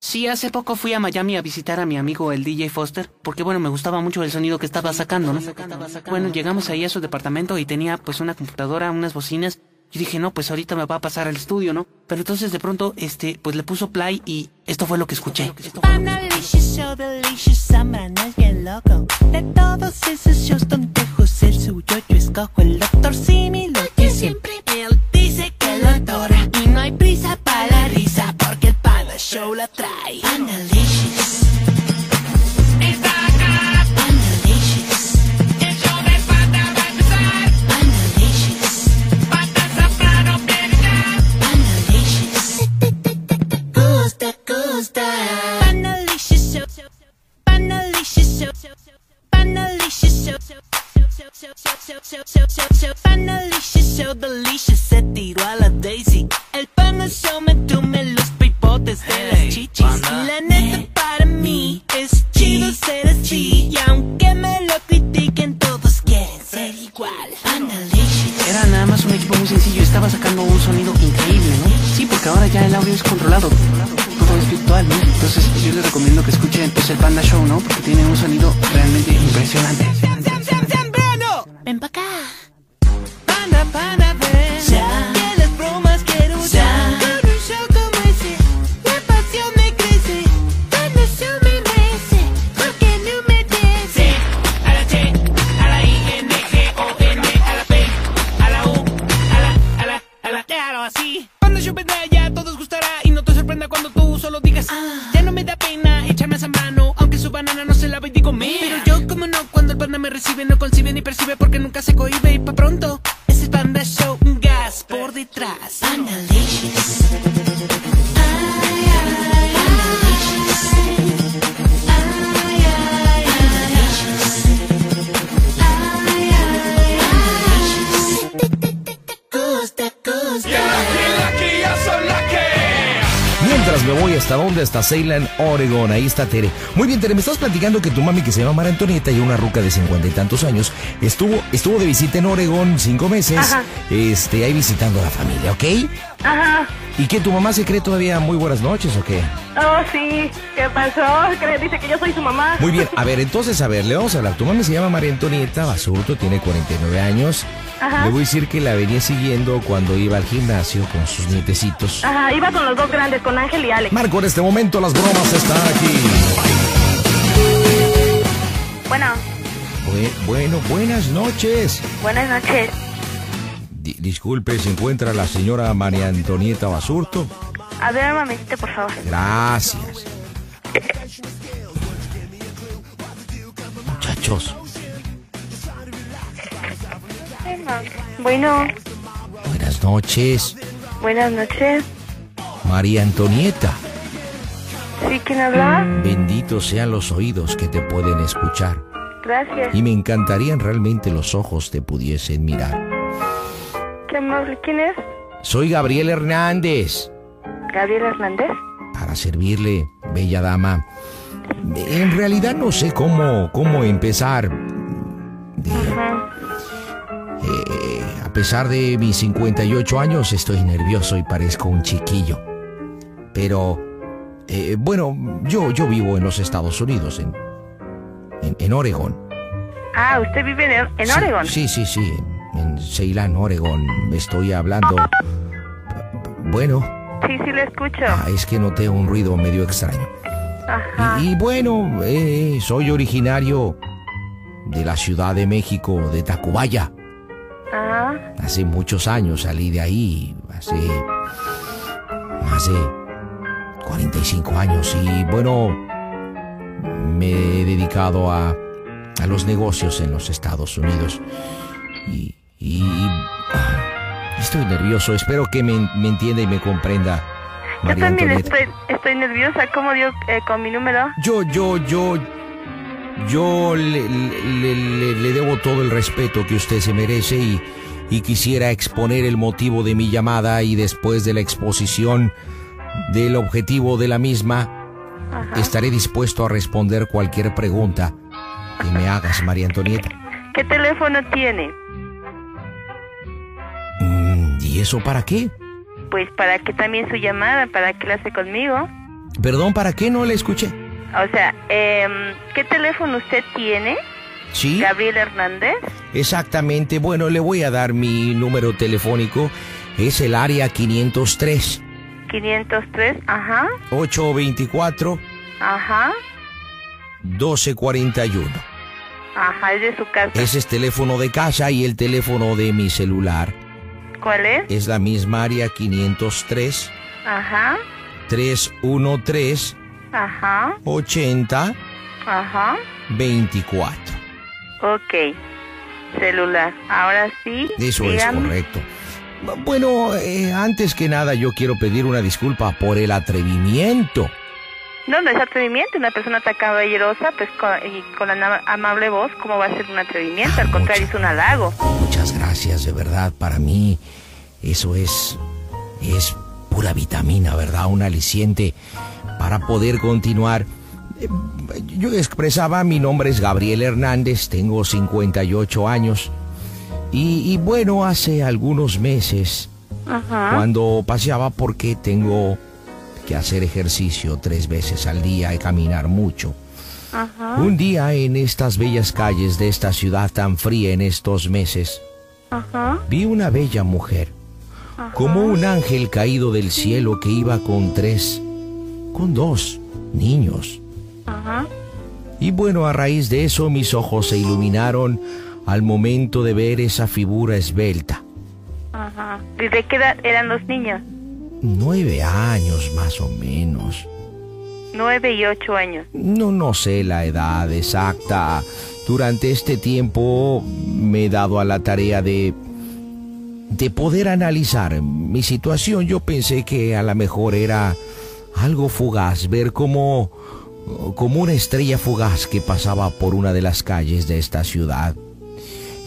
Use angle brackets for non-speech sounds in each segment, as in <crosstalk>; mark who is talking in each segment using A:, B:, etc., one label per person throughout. A: Sí, hace poco fui a Miami a visitar a mi amigo el DJ Foster, porque bueno, me gustaba mucho el sonido que estaba sacando, ¿no? Bueno, llegamos ahí a su departamento y tenía pues una computadora, unas bocinas. Yo dije, no, pues ahorita me va a pasar al estudio, ¿no? Pero entonces de pronto, este, pues le puso play y esto fue lo que escuché.
B: I'm not delicious, so delicious, samanas bien loco. De todos esos shows tontejos, el suyo yo escojo el doctor Simi, lo que siempre veo, dice que lo adora. Y no hay prisa para la risa, porque el panda show la trae. I'm delicious. Está acá. I'm delicious. El show de panda va a empezar. I'm delicious. Panda soprano, verga. I'm delicious. Gusta, gusta. Panalicious show, show, show. Panalicious show, show, show. Panalicious show, show, show, show, show, show, show, show, show, show. Panalicious show, delicious. Se tiró a la Daisy. El pana show me tume los pipotes de las chichis. La neta para mí es chido ser así. Y aunque me lo critiquen, todos quieren ser igual. Panalicious.
A: Era nada más un equipo muy sencillo, estaba sacando un sonido increíble, ¿no? Sí, porque ahora ya el audio es controlado, todo es virtual, ¿no? Entonces yo les recomiendo que escuchen pues, el Panda Show, ¿no? Porque tiene un sonido realmente impresionante.
B: Ven pa' acá. Panda, panda, ven. Ya. Que las bromas quiero usar. Con un show como ese, la pasión me crece. Panda show me merece, porque lo merece.
C: eh. a la T, a la I, N, G, O, N, a la P, a la U, a la, a la, a la, déjalo así. Cuando yo vendrá ya todos gustará y no te sorprenda cuando tú solo digas, "Ah, ya no me da pena echarme esa mano, aunque su banana no se lava y digo, me. Pero yo como no, cuando el panda me recibe no concibe ni percibe porque nunca se cohibe y pa' pronto es el panda show, un gas por detrás.
B: Panalicious. Ay, ay, Panalicious. Ay, ay, Panalicious. Ay, ay, Panalicious. Gusta, gusta.
D: Mientras me voy hasta dónde, hasta Ceylan, Oregon, ahí está Tere. Muy bien, Tere, me estás platicando que tu mami, que se llama Mara Antonieta y una ruca de cincuenta y tantos años, estuvo, estuvo de visita en Oregon cinco meses,
E: Ajá.
D: este, ahí visitando a la familia, ¿ok?
E: Ajá.
D: Y que tu mamá se cree todavía muy buenas noches, ¿o qué?
E: Oh, sí. ¿Qué pasó? Cre- Dice que yo soy su mamá.
D: Muy bien, a ver, entonces, a ver, le vamos a hablar. Tu mami se llama María Antonieta Basurto, tiene 49 años.
E: Ajá.
D: Le voy a decir que la venía siguiendo cuando iba al gimnasio con sus nietecitos.
E: Ajá, iba con los dos grandes, con Ángel y Alex.
D: Marco, en este momento las bromas están aquí.
E: Bueno,
D: Bu- Bueno, buenas noches.
E: buenas noches.
D: Di- disculpe, ¿se encuentra la señora María Antonieta Basurto?
E: A ver, mamita, por favor.
D: Gracias. Muchachos,
E: Bueno,
D: buenas noches.
E: buenas noches.
D: María Antonieta,
E: ¿Sí quién
D: Mm.
E: habla?
D: benditos sean los oídos que te pueden escuchar.
E: Gracias.
D: Y me encantarían realmente los ojos te pudiesen mirar.
E: ¿Qué amable? ¿Quién es?
D: Soy Gabriel Hernández.
E: Gabriel Hernández.
D: para servirle, bella dama. En realidad no sé cómo, cómo empezar. Eh, eh, a pesar de mis 58 años, estoy nervioso y parezco un chiquillo. Pero, eh, bueno, yo, yo vivo en los Estados Unidos, en, en, en Oregon.
E: Ah, usted vive en, en
D: Sí,
E: Oregon.
D: Sí, sí, sí, en Ceilán, Oregon. Estoy hablando... Bueno,
E: Sí, sí, le escucho.
D: ah, es que noté un ruido medio extraño.
E: Ajá.
D: Y, y bueno, eh, soy originario de la Ciudad de México, de Tacubaya.
E: Ajá.
D: Hace muchos años salí de ahí, hace más de 45 años. Y bueno, me he dedicado a, a los negocios en los Estados Unidos. Y, y- ah, estoy nervioso, espero que me, me entienda y me comprenda.
E: Yo
D: María
E: también
D: Antonieta.
E: estoy, estoy nerviosa. ¿Cómo dio eh, con mi número?
D: Yo, yo, yo, yo le, le- le- le debo todo el respeto que usted se merece y, y quisiera exponer el motivo de mi llamada y después de la exposición del objetivo de la misma,
E: Ajá.
D: estaré dispuesto a responder cualquier pregunta que me hagas, María Antonieta.
E: ¿Qué teléfono tiene?
D: Mm, ¿Y eso para qué?
E: Pues para que también su llamada, para que la hace conmigo.
D: Perdón, ¿para qué no le escuché?
E: O sea, em, ¿qué teléfono usted tiene?
D: Sí.
E: Gabriel Hernández.
D: Exactamente. Bueno, le voy a dar mi número telefónico. Es el área 503
E: 503, ajá,
D: 824
E: ajá,
D: 1241.
E: ajá, es de su casa.
D: Ese es teléfono de casa y el teléfono de mi celular.
E: ¿Cuál es?
D: Es la misma área 503
E: Ajá,
D: 313
E: ajá,
D: 80
E: ajá.
D: 24.
E: Ok. Celular. Ahora sí.
D: Eso
E: dígame.
D: es correcto. Bueno, eh, antes que nada yo quiero pedir una disculpa por el atrevimiento.
E: No, no es atrevimiento. Una persona tan caballerosa, pues con, y con la na- amable voz, ¿cómo va a ser un atrevimiento? Al contrario, es un halago.
D: Muchas gracias, de verdad, para mí eso es es pura vitamina, ¿verdad? Un aliciente para poder continuar. Eh, Yo expresaba, mi nombre es Gabriel Hernández, tengo 58 años. Y, y bueno, hace algunos meses, cuando paseaba porque tengo que hacer ejercicio tres veces al día y caminar mucho. Un día en estas bellas calles de esta ciudad tan fría en estos meses, vi una bella mujer, como un ángel caído del cielo que iba con tres, con dos niños. Y bueno, a raíz de eso mis ojos se iluminaron al momento de ver esa figura esbelta.
E: Ajá. ¿Y de qué edad eran los niños?
D: Nueve años más o menos.
E: Nueve y ocho años.
D: No, no sé la edad exacta. Durante este tiempo me he dado a la tarea de de poder analizar mi situación. Yo pensé que a lo mejor era algo fugaz, ver como como una estrella fugaz que pasaba por una de las calles de esta ciudad.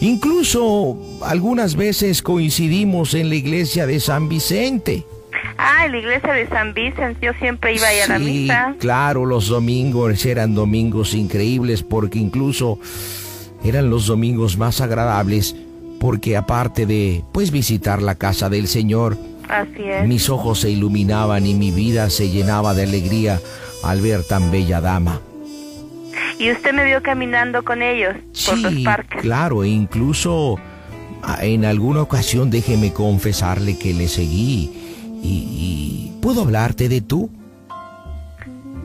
D: Incluso algunas veces coincidimos en la iglesia de San Vicente.
E: Ah, en la iglesia de San Vicente. Yo siempre iba ahí a la
D: Sí,
E: misa.
D: Claro, los domingos eran domingos increíbles porque incluso eran los domingos más agradables porque aparte de pues visitar la casa del Señor,
E: Así es.
D: mis ojos se iluminaban y mi vida se llenaba de alegría al ver tan bella dama.
E: Y usted me vio caminando con ellos por los
D: Sí,
E: parques.
D: claro, e incluso a- en alguna ocasión déjeme confesarle que le seguí y, y ¿puedo hablarte de tú?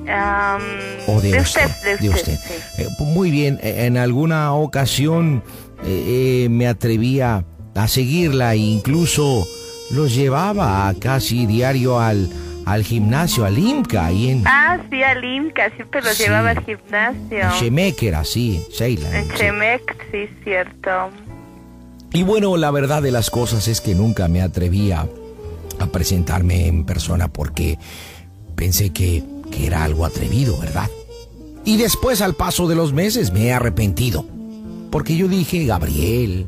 E: Am,
D: O de, usted,
E: de
D: de usted. Eh, pu- muy bien, eh, en alguna ocasión eh, eh, me atrevía a seguirla e incluso los llevaba a casi diario al, al gimnasio, al IMCA, ahí en
E: Ah, sí, al IMCA, siempre los
D: Sí.
E: llevaba al gimnasio.
D: Chemequera, sí, Ceilán.
E: En
D: sí.
E: Chemec, sí, cierto.
D: Y bueno, la verdad de las cosas es que nunca me atrevía a presentarme en persona porque pensé que, que era algo atrevido, ¿verdad? Y después al paso de los meses me he arrepentido. Porque yo dije, Gabriel,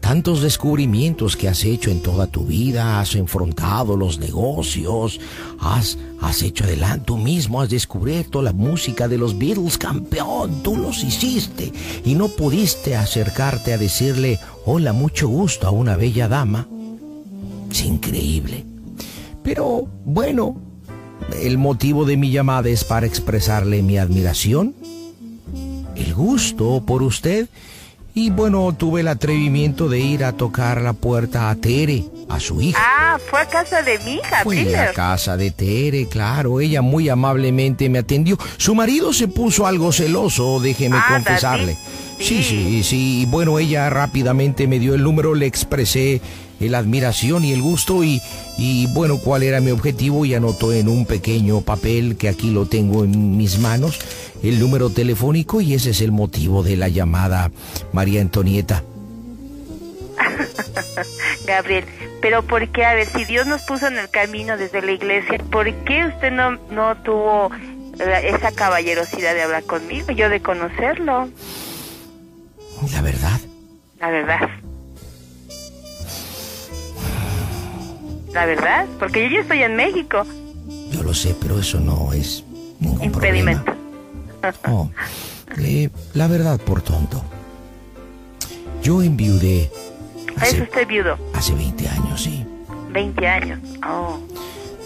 D: tantos descubrimientos que has hecho en toda tu vida, has enfrentado los negocios, has, has hecho adelante tú mismo, has descubierto la música de los Beatles, campeón, tú los hiciste y no pudiste acercarte a decirle hola, mucho gusto a una bella dama. Es increíble. Pero bueno, el motivo de mi llamada es para expresarle mi admiración el gusto por usted. Y bueno, tuve el atrevimiento de ir a tocar la puerta a Tere, a su hija.
E: Ah, fue a casa de mi hija,
D: Fue a
E: Peter.
D: casa de Tere, claro. Ella muy amablemente me atendió. Su marido se puso algo celoso, déjeme
E: Ah,
D: confesarle.
E: David,
D: Sí,
E: sí.
D: sí, sí. Y bueno, ella rápidamente me dio el número, le expresé la admiración y el gusto y, y bueno, cuál era mi objetivo y anotó en un pequeño papel que aquí lo tengo en mis manos el número telefónico y ese es el motivo de la llamada María Antonieta.
E: Gabriel, pero ¿por qué? A ver, si Dios nos puso en el camino desde la iglesia, ¿por qué usted no, no tuvo eh, esa caballerosidad de hablar conmigo, yo de conocerlo?
D: La verdad,
E: La verdad. La verdad, porque yo ya estoy en México.
D: yo lo sé, pero eso no es ningún problema.
E: Impedimento.
D: No, Oh, eh, la verdad, por tonto. Yo enviudé
E: Es
D: hace,
E: usted viudo,
D: hace 20 años, sí.
E: 20 años. Oh.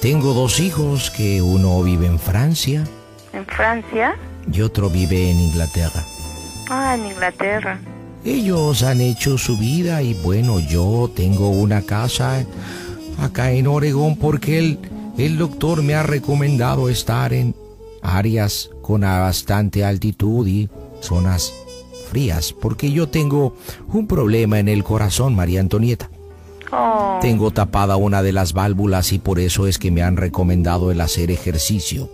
D: Tengo dos hijos que uno vive en Francia
E: ¿En Francia?
D: y otro vive en Inglaterra.
E: Ah, en Inglaterra.
D: Ellos han hecho su vida y bueno, yo tengo una casa acá en Oregón porque el, el doctor me ha recomendado estar en áreas con bastante altitud y zonas frías porque yo tengo un problema en el corazón, María Antonieta.
E: Oh,
D: Tengo tapada una de las válvulas y por eso es que me han recomendado el hacer ejercicio.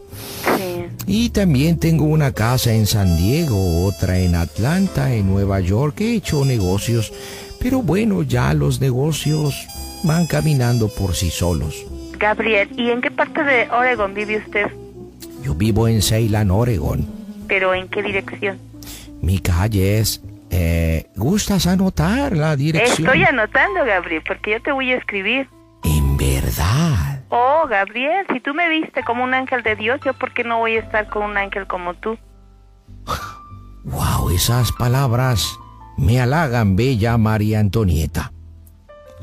E: sí.
D: Y también tengo una casa en San Diego, otra en Atlanta, en Nueva York. He hecho negocios, pero bueno, ya los negocios van caminando por sí solos.
E: Gabriel, ¿y en qué parte de Oregon vive usted?
D: Yo vivo en Ceylan, Oregon.
E: ¿Pero en qué dirección?
D: Mi calle es... eh, ¿Gustas anotar la dirección?
E: Estoy anotando, Gabriel, porque yo te voy a escribir.
D: En verdad.
E: Oh, Gabriel, si tú me viste como un ángel de Dios, yo por qué no voy a estar con un ángel como tú.
D: Wow, esas palabras me halagan, bella María Antonieta.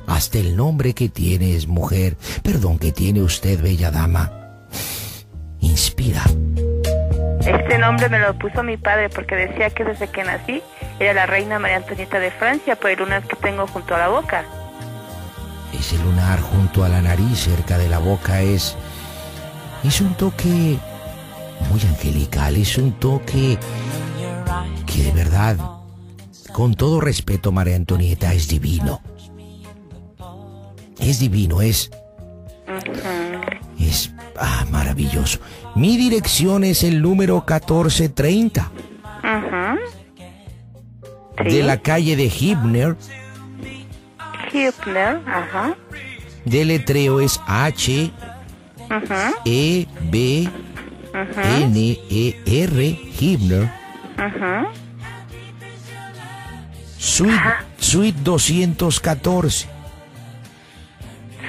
D: Hasta el nombre que tienes, mujer, perdón, que tiene usted, bella dama, inspira.
E: Este nombre me lo puso mi padre porque decía que desde que nací era la reina María Antonieta de Francia por el lunar que tengo junto a la boca.
D: Ese lunar junto a la nariz, cerca de la boca, es. Es un toque muy angelical, es un toque que de verdad, con todo respeto, María Antonieta, es divino. Es divino, es. Es ah, maravilloso. Mi dirección es el número 1430
E: Ujú. Sí.
D: de la calle de Hibner.
E: Hübner, ajá.
D: Del letreo es H
E: Ujú,
D: E B N E R Hibner
E: ujú.
D: Suite, suite 214.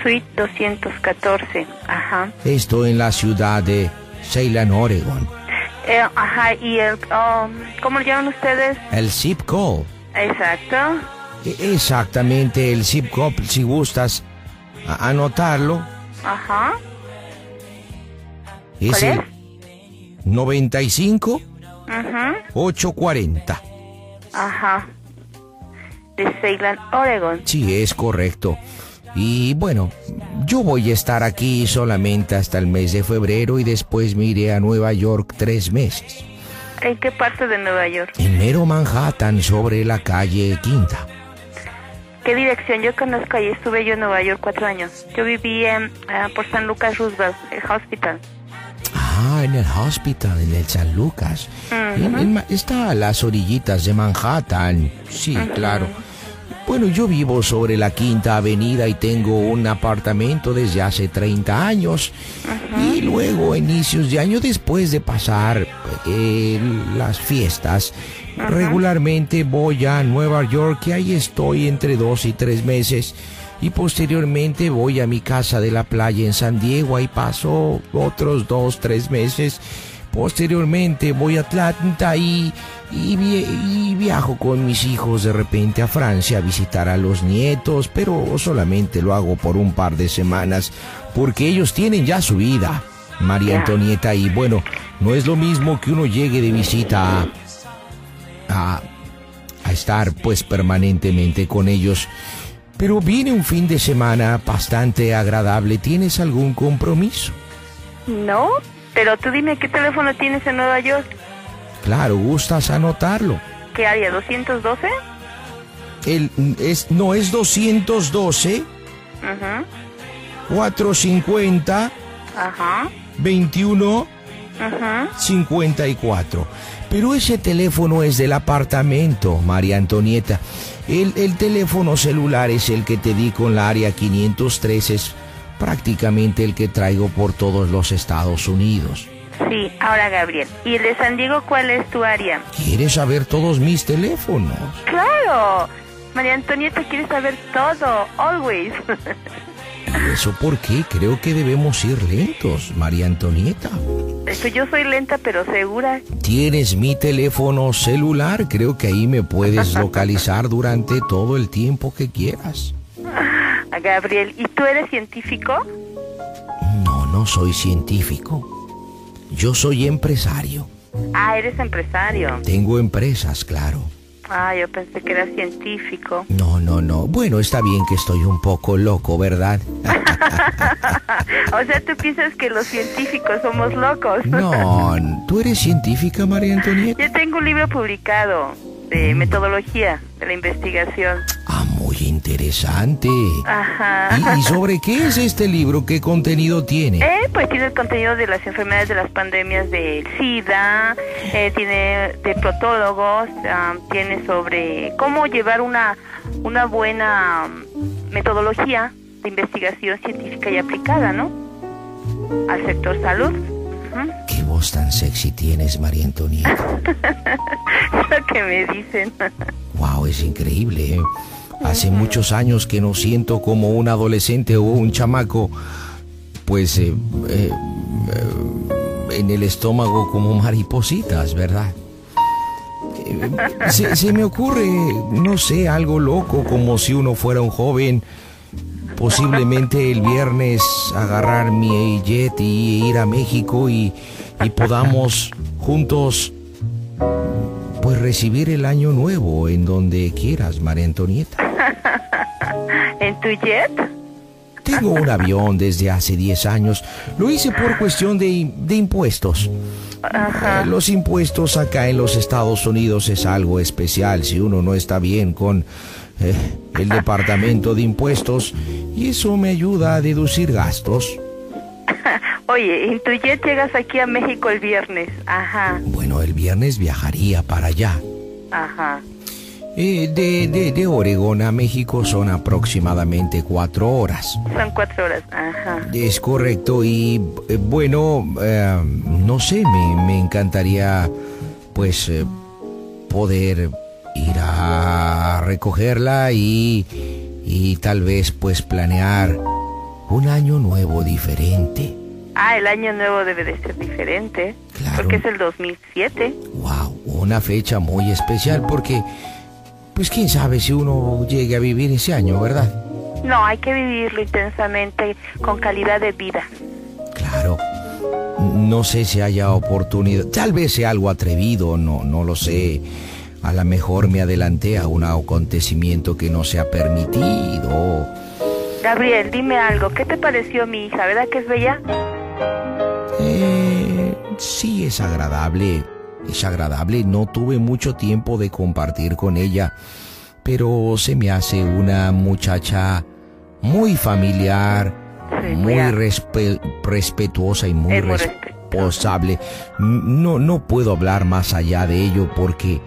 E: Suite 214, ajá.
D: Esto en la ciudad de Ceylan, Oregon.
E: Eh, ajá, y el... oh, ¿Cómo le llaman ustedes?
D: El zip code.
E: Exacto.
D: E- Exactamente el zip code, si gustas a- anotarlo,
E: Ajá.
D: es
E: ¿Cuál
D: el 95
E: Ujú,
D: 840.
E: Ajá. De Ceylan, Oregon.
D: Sí, es correcto. Y bueno, yo voy a estar aquí solamente hasta el mes de febrero y después me iré a Nueva York tres meses.
E: ¿En qué parte de Nueva York?
D: En mero Manhattan, sobre la calle Quinta.
E: ¿Qué dirección? Yo conozco ahí, estuve yo en Nueva York cuatro años. Yo viví en, ah, por San Lucas Roosevelt, el hospital.
D: Ah, en el hospital, en el San Lucas. En- en Ma- está a las orillitas de Manhattan. Sí, claro. Bueno, yo vivo sobre la Quinta Avenida y tengo un apartamento desde hace 30 años. Y luego, a inicios de año, después de pasar eh, las fiestas, regularmente voy a Nueva York y ahí estoy entre dos y tres meses. Y posteriormente voy a mi casa de la playa en San Diego, ahí paso otros dos, tres meses. Posteriormente voy a Atlanta y, y vi- y viajo con mis hijos de repente a Francia a visitar a los nietos, pero solamente lo hago por un par de semanas, porque ellos tienen ya su vida, María
E: Ya.
D: Antonieta, y bueno, no es lo mismo que uno llegue de visita a, a- a estar pues permanentemente con ellos. Pero viene un fin de semana bastante agradable, ¿tienes algún compromiso?
E: No, pero tú dime qué teléfono tienes en Nueva York.
D: Claro, gustas anotarlo.
E: ¿Qué área? ¿212?
D: El, es, no, es 212
E: Ujú,
D: 450
E: Ajá.
D: 21
E: ujú.
D: 54. Pero ese teléfono es del apartamento, María Antonieta. El, el teléfono celular es el que te di con la área 503, es prácticamente el que traigo por todos los Estados Unidos.
E: Sí, ahora Gabriel. ¿Y el de San Diego cuál es tu área?
D: ¿Quieres saber todos mis teléfonos?
E: ¡Claro! María Antonieta quiere saber todo, always. <laughs>
D: ¿Y eso por qué? Creo que debemos ir lentos, María Antonieta.
E: Eso yo soy lenta pero segura.
D: Tienes mi teléfono celular, creo que ahí me puedes localizar durante todo el tiempo que quieras.
E: Gabriel, ¿y tú eres científico?
D: No, no soy científico. Yo soy empresario.
E: Ah, eres empresario.
D: Tengo empresas, claro.
E: Ah, yo pensé que eras científico.
D: No, no, no. Bueno, está bien que estoy un poco loco, ¿verdad?
E: o sea, tú piensas que los científicos somos locos.
D: No, ¿tú eres científica, María Antonieta?
E: <laughs> Yo tengo un libro publicado
D: Mm.
E: de metodología de la investigación.
D: Ah, muy interesante.
E: Ajá.
D: ¿Y, y sobre qué es este libro? ¿Qué contenido tiene?
E: Eh, pues tiene el contenido de las enfermedades de las pandemias del SIDA, eh, tiene de protólogos, ah, tiene sobre cómo llevar una, una buena mm, metodología de investigación científica y aplicada, ¿no? Al sector salud. <laughs> Ujú,
D: ¿Qué voz tan sexy tienes, María Antonieta?
E: es lo que me dicen. <laughs>
D: Wow, es increíble. ¿eh? Hace muchos años que no siento como un adolescente o un chamaco, pues, eh, eh, eh, en el estómago como maripositas, ¿verdad? Eh, Se, se me ocurre, no sé, algo loco, como si uno fuera un joven. Posiblemente el viernes agarrar mi jet y ir a México y, y podamos juntos pues recibir el año nuevo en donde quieras, María Antonieta.
E: ¿En tu jet?
D: Tengo un avión desde hace 10 años. Lo hice por cuestión de, im- de impuestos. Eh, Los impuestos acá en los Estados Unidos es algo especial si uno no está bien con eh, el departamento de impuestos y eso me ayuda a deducir gastos.
E: Oye, en tu jet llegas aquí a México el viernes. Ajá,
D: Bueno, el viernes viajaría para allá.
E: ajá.
D: Eh, de, de, de Oregón a México son aproximadamente cuatro horas.
E: Son cuatro horas. Ajá.
D: Es correcto y eh, bueno, eh, no sé, me, me encantaría pues eh, poder ir a recogerla y, y tal vez pues planear un año nuevo diferente.
E: Ah, el año nuevo debe de ser diferente, ¿eh?
D: Claro.
E: porque es el 2007.
D: Wow, una fecha muy especial porque pues quién sabe si uno llegue a vivir ese año, ¿verdad?
E: No, hay que vivirlo intensamente, con calidad de vida.
D: Claro. No sé si haya oportunidad. Tal vez sea algo atrevido, no, no lo sé. A lo mejor me adelanté a un acontecimiento que no se ha permitido.
E: Gabriel, dime algo, ¿qué te pareció mi hija? ¿Verdad que es bella?
D: Eh, sí, es agradable. Es agradable. No tuve mucho tiempo de compartir con ella. Pero se me hace una muchacha muy familiar,
E: Sí,
D: muy
E: mira.
D: respe- respetuosa y muy
E: Es muy
D: responsable. No, no puedo hablar más allá de ello porque,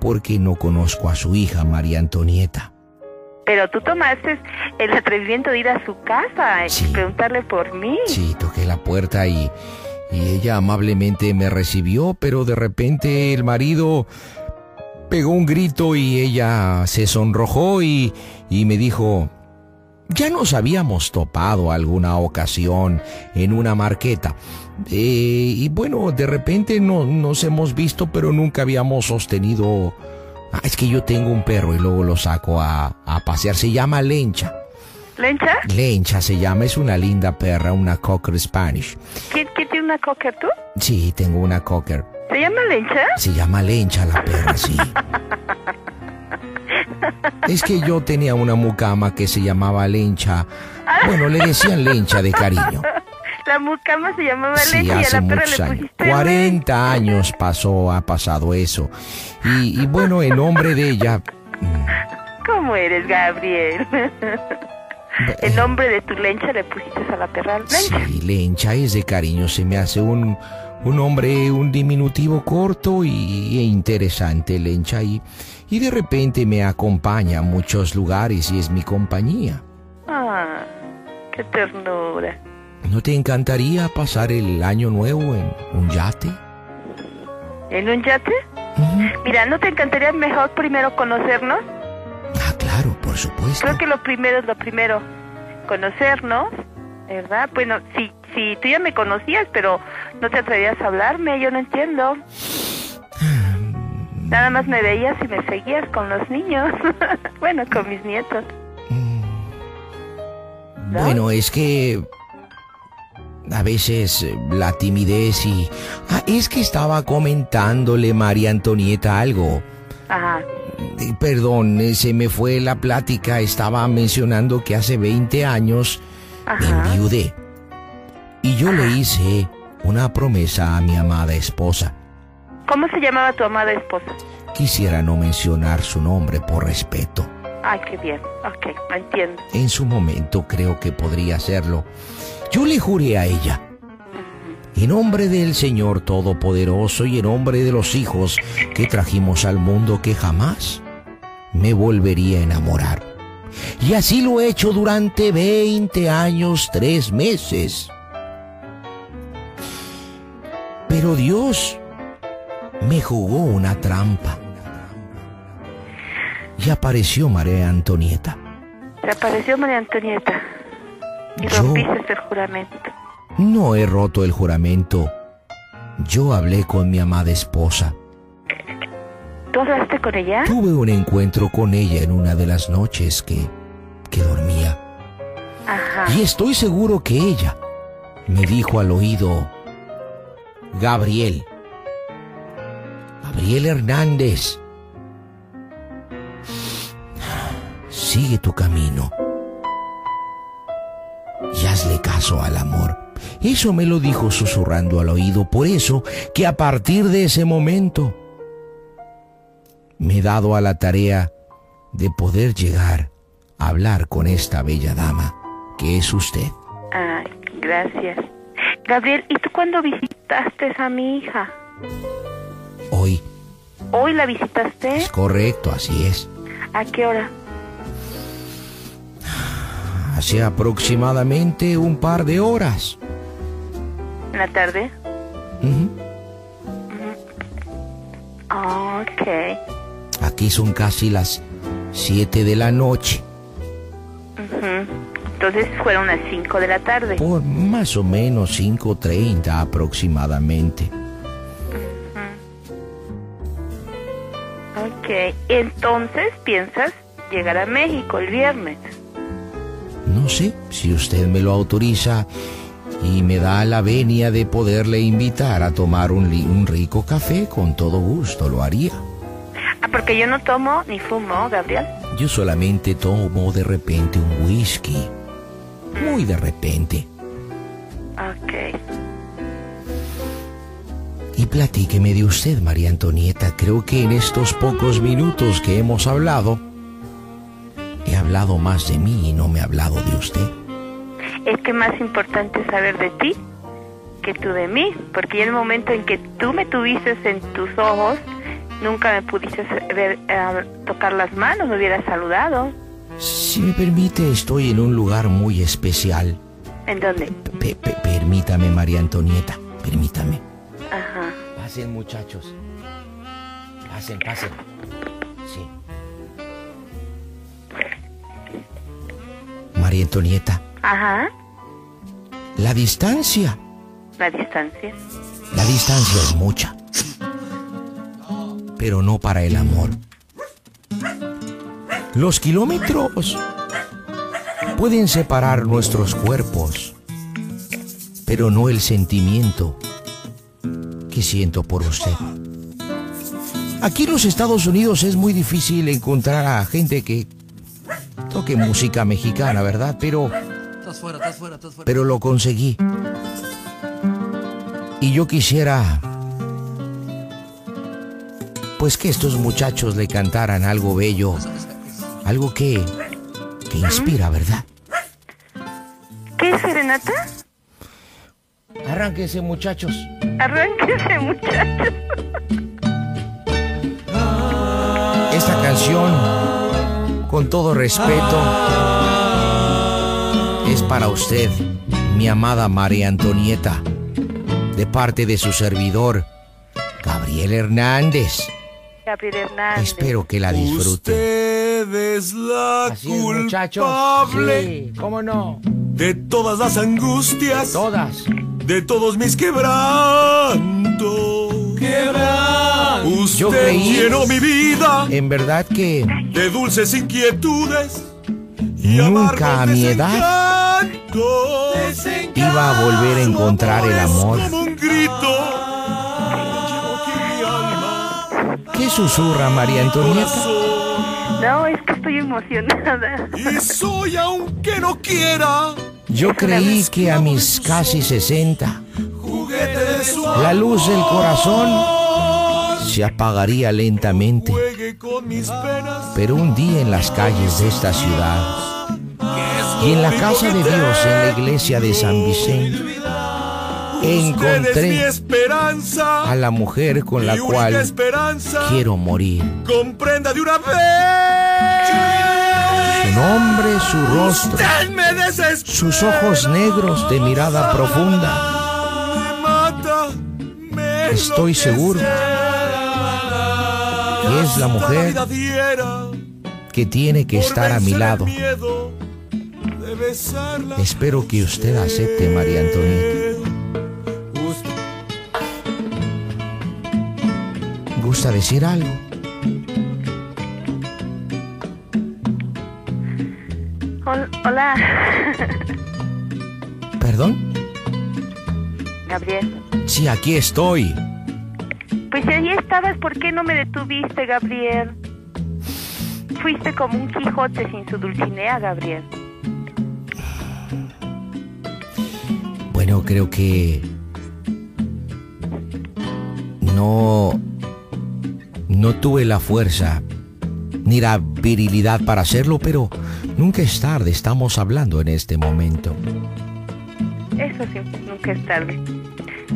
D: porque no conozco a su hija, María Antonieta.
E: Pero tú tomaste el atrevimiento de ir a su casa eh,
D: Sí.
E: y preguntarle por mí.
D: Sí, toqué la puerta y, y ella amablemente me recibió, pero de repente el marido pegó un grito y ella se sonrojó y, y me dijo, ya nos habíamos topado alguna ocasión en una marqueta. Eh, y bueno, de repente no, nos hemos visto, pero nunca habíamos sostenido... Ah, es que yo tengo un perro y luego lo saco a, a pasear. Se llama Lencha.
E: ¿Lencha?
D: Lencha se llama, es una linda perra, una cocker Spanish.
E: ¿Quién, quién tiene una cocker tú?
D: Sí, tengo una cocker.
E: ¿Se llama Lencha?
D: Se llama Lencha la perra, sí. Es que yo tenía una mucama que se llamaba Lencha. Bueno, le decían Lencha de
E: <laughs>
D: cariño.
E: La mucama se llamaba
D: Sí,
E: Lencha y a
D: hace
E: la perra
D: muchos
E: le
D: años.
E: pusiste
D: 40 años pasó, ha pasado eso. Y, y bueno, en nombre de ella,
E: Lencha. ¿Cómo eres, Gabriel? el nombre de tu Lencha le pusiste a la perra Lencha.
D: Sí, lencha es de cariño, se me hace un, un hombre, un diminutivo corto y, e interesante, lencha, y, y de repente me acompaña a muchos lugares y es mi compañía.
E: Ah, qué ternura.
D: ¿No te encantaría pasar el año nuevo en un yate?
E: ¿En un yate? Mira, ¿no te encantaría mejor primero conocernos?
D: Ah, claro, por supuesto.
E: Creo que lo primero es lo primero. Conocernos, ¿verdad? Bueno, si, si tú ya me conocías, pero no te atrevías a hablarme, yo no entiendo. Nada más me veías y me seguías con los niños. <laughs> bueno, con mis nietos.
D: Bueno, es que a veces eh, la timidez y... Ah, es que estaba comentándole María Antonieta algo.
E: Ajá.
D: Eh, Perdón, eh, se me fue la plática. Estaba mencionando que hace 20 años me
E: Ajá.
D: enviudé. Y yo le hice una promesa a mi amada esposa.
E: ¿Cómo se llamaba tu amada esposa?
D: Quisiera no mencionar su nombre por respeto.
E: Ay, qué bien. Ok, entiendo.
D: En su momento creo que podría hacerlo. Yo le juré a ella. En nombre del Señor Todopoderoso y en nombre de los hijos que trajimos al mundo que jamás me volvería a enamorar. Y así lo he hecho durante 20 años, 3 meses. Pero Dios me jugó una trampa. Y apareció María Antonieta.
E: Se apareció María Antonieta y
D: Yo-
E: rompiste el juramento.
D: No he roto el juramento. Yo hablé con mi amada esposa.
E: ¿Tú hablaste con ella?
D: Tuve un encuentro con ella en una de las noches que, que dormía.
E: Ajá.
D: Y estoy seguro que ella me dijo al oído, Gabriel, Gabriel Hernández, sigue tu camino y hazle caso al amor. Eso me lo dijo susurrando al oído, por eso que a partir de ese momento me he dado a la tarea de poder llegar a hablar con esta bella dama que es usted.
E: Ay, gracias. Gabriel, ¿y tú cuándo visitaste a mi hija?
D: Hoy
E: ¿Hoy la visitaste?
D: es correcto, así es.
E: ¿A qué hora?
D: Hace aproximadamente un par de horas.
E: ¿En la tarde? Mm.
D: Ujú.
E: Ok.
D: Aquí son casi las 7 de la noche,
E: Ujú. Entonces fueron las 5 de la tarde.
D: por más o menos 5.30 aproximadamente. Oh.
E: Ok. Entonces piensas llegar a México el viernes.
D: No sé si usted me lo autoriza y me da la venia de poderle invitar a tomar un, li- un rico café, con todo gusto lo haría.
E: Ah, porque yo no tomo ni fumo, Gabriel.
D: Yo solamente tomo de repente un whisky. Muy de repente.
E: Ok.
D: Y platíqueme de usted, María Antonieta. Creo que en estos pocos minutos que hemos hablado, he hablado más de mí y no me he hablado de usted.
E: Es que más importante es saber de ti que tú de mí, porque ya el momento en que tú me tuvieses en tus ojos, nunca me pudiste ver, eh, tocar las manos, me hubieras saludado.
D: Si me permite, estoy en un lugar muy especial.
E: ¿En dónde?
D: Pe- pe- permítame, María Antonieta, permítame.
E: Ajá.
D: Pasen, muchachos. Pasen, pasen. Sí. María Antonieta,
E: Ajá.
D: la distancia.
E: La distancia.
D: La distancia es mucha. Pero no para el amor. Los kilómetros pueden separar nuestros cuerpos, pero no el sentimiento que siento por usted. Aquí en los Estados Unidos es muy difícil encontrar a gente que toque música mexicana, ¿verdad? Pero... Pero lo conseguí. Y yo quisiera... Pues que estos muchachos le cantaran algo bello. Algo que... que inspira, ¿verdad?
E: ¿Qué es serenata?
D: Arránquense, muchachos.
E: Arránquese, <laughs> muchacho.
D: Esta canción, con todo respeto, es para usted, mi amada María Antonieta, de parte de su servidor, Gabriel Hernández.
E: Gabriel Hernández.
D: Espero que la disfrute.
F: Usted es la
D: Así es, muchachos.
F: culpable
D: Sí, ¿Cómo no?
F: de todas las angustias,
D: Todas.
F: de todos mis quebrantos. Usted
D: Yo creí-
F: llenó mi vida
D: En verdad que
F: de dulces inquietudes y
D: nunca a mi edad
F: desencantos.
D: iba a volver a encontrar el amor.
F: Como un grito. que mi alma,
D: ¿Qué susurra María Antonieta?
F: corazón.
E: No, es que estoy emocionada.
F: Y soy aunque no quiera.
D: Yo creí que a mis casi 60
F: Juguete de su amor.
D: la luz del corazón se apagaría lentamente,
F: Juegue con mis penas.
D: pero un día en las calles de esta ciudad y en la casa de Dios en la iglesia de San Vicente
F: Usted es mi
D: encontré
F: esperanza.
D: a la mujer con la
F: mi única
D: cual
F: esperanza.
D: quiero morir.
F: Comprenda de una vez.
D: Su nombre, su rostro,
F: Usted me desespera.
D: sus ojos negros de mirada profunda.
F: Me mata. me
D: Estoy
F: enloquece.
D: seguro. Y es la
F: Hasta
D: mujer
F: vida diera
D: que tiene que
F: por
D: estar a mi
F: vencer el
D: lado.
F: miedo de besarla.
D: Espero que usted acepte, María Antonieta.
F: Usted-
D: ¿Gusta decir algo?
E: Hol- Hola, <laughs>
D: ¿Perdón?
E: Gabriel.
D: Sí, aquí estoy.
E: Pues ahí estabas, ¿por qué no me detuviste, Gabriel? Fuiste como un Quijote sin su dulcinea, Gabriel.
D: Bueno, creo que... No... No tuve la fuerza ni la virilidad para hacerlo, pero nunca es tarde, estamos hablando en este momento.
E: Eso sí, nunca es tarde.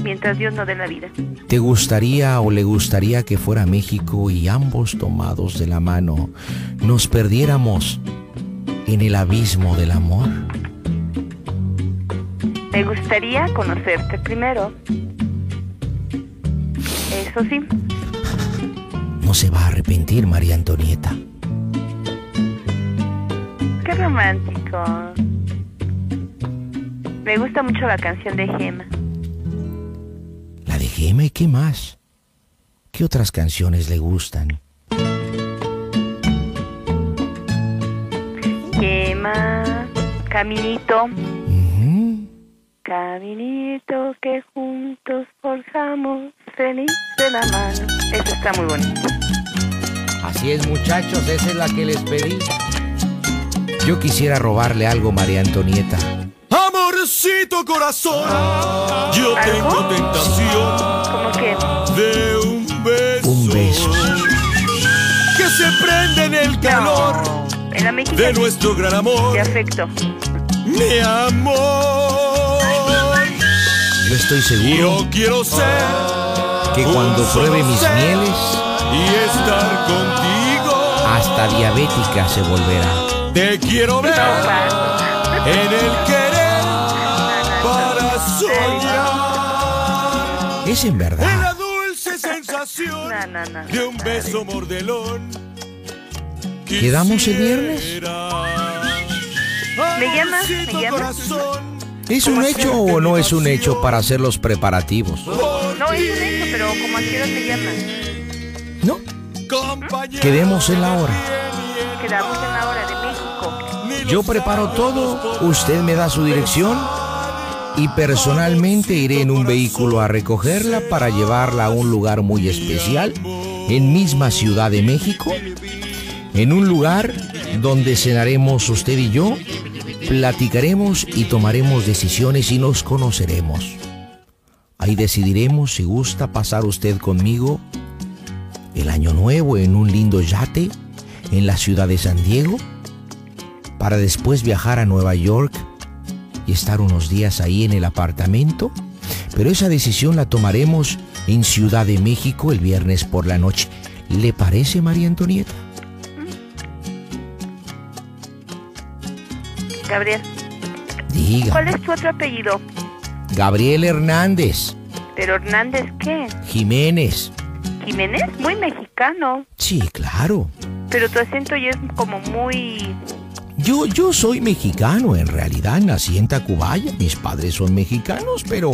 E: Mientras Dios no dé la vida.
D: ¿Te gustaría o le gustaría que fuera a México y ambos tomados de la mano nos perdiéramos en el abismo del amor?
E: Me gustaría conocerte primero. Eso sí,
D: No se va a arrepentir, María Antonieta.
E: qué romántico. Me gusta mucho la canción de Gema.
D: La de Gema y qué más. ¿Qué otras canciones le gustan?
E: Gema, caminito,
D: Ujú.
E: caminito que juntos forjamos feliz de la mano. Eso está muy bonito.
D: Así es, muchachos, esa es la que les pedí. Yo quisiera robarle algo, María Antonieta.
F: Amorcito corazón, yo tengo tentación
E: Como que
F: de un beso.
D: Un beso.
F: Que se prende en el calor
E: no, en la México
F: de nuestro gran amor.
E: de afecto.
F: Mi amor.
D: Yo estoy seguro
F: Yo quiero ser
D: que cuando pruebe mis mieles,
F: y estar contigo.
D: hasta diabética se volverá.
F: Te quiero ver
E: No, pa.
F: en el querer para soñar.
D: Es en
F: En la
D: verdad.
F: dulce sensación
E: No, no, no, no.
F: de un beso mordelón.
D: ¿Quedamos el viernes?
F: Quisiera.
E: ¿Me llamas? ¿Me
F: Amorcito
E: llamas?
F: corazón,
D: ¿Es un hecho o no es un hecho para hacer los preparativos?
F: por
E: No, es un
F: ti,
E: hecho, pero como a qué hora te llaman.
D: No.
F: compañero
D: Quedemos en la hora.
E: Quedamos en la hora de México.
F: Ni los
D: Yo preparo todo, usted me da su dirección y personalmente iré en un vehículo a recogerla para llevarla a un lugar muy especial, en misma Ciudad de México, en un lugar donde cenaremos usted y yo, platicaremos y tomaremos decisiones y nos conoceremos. Ahí decidiremos si gusta pasar usted conmigo el año nuevo en un lindo yate en la ciudad de San Diego para después viajar a Nueva York y estar unos días ahí en el apartamento. Pero esa decisión la tomaremos en Ciudad de México el viernes por la noche. ¿Le parece, María Antonieta?
E: Gabriel,
D: Diga.
E: ¿cuál es tu otro apellido?
D: Gabriel Hernández,
E: Pero Hernández, ¿qué?
D: Jiménez.
E: Jiménez, muy mexicano.
D: Sí, claro.
E: Pero tu acento ya es como muy...
D: Yo, yo soy mexicano, en realidad nací en Tacubaya, mis padres son mexicanos, pero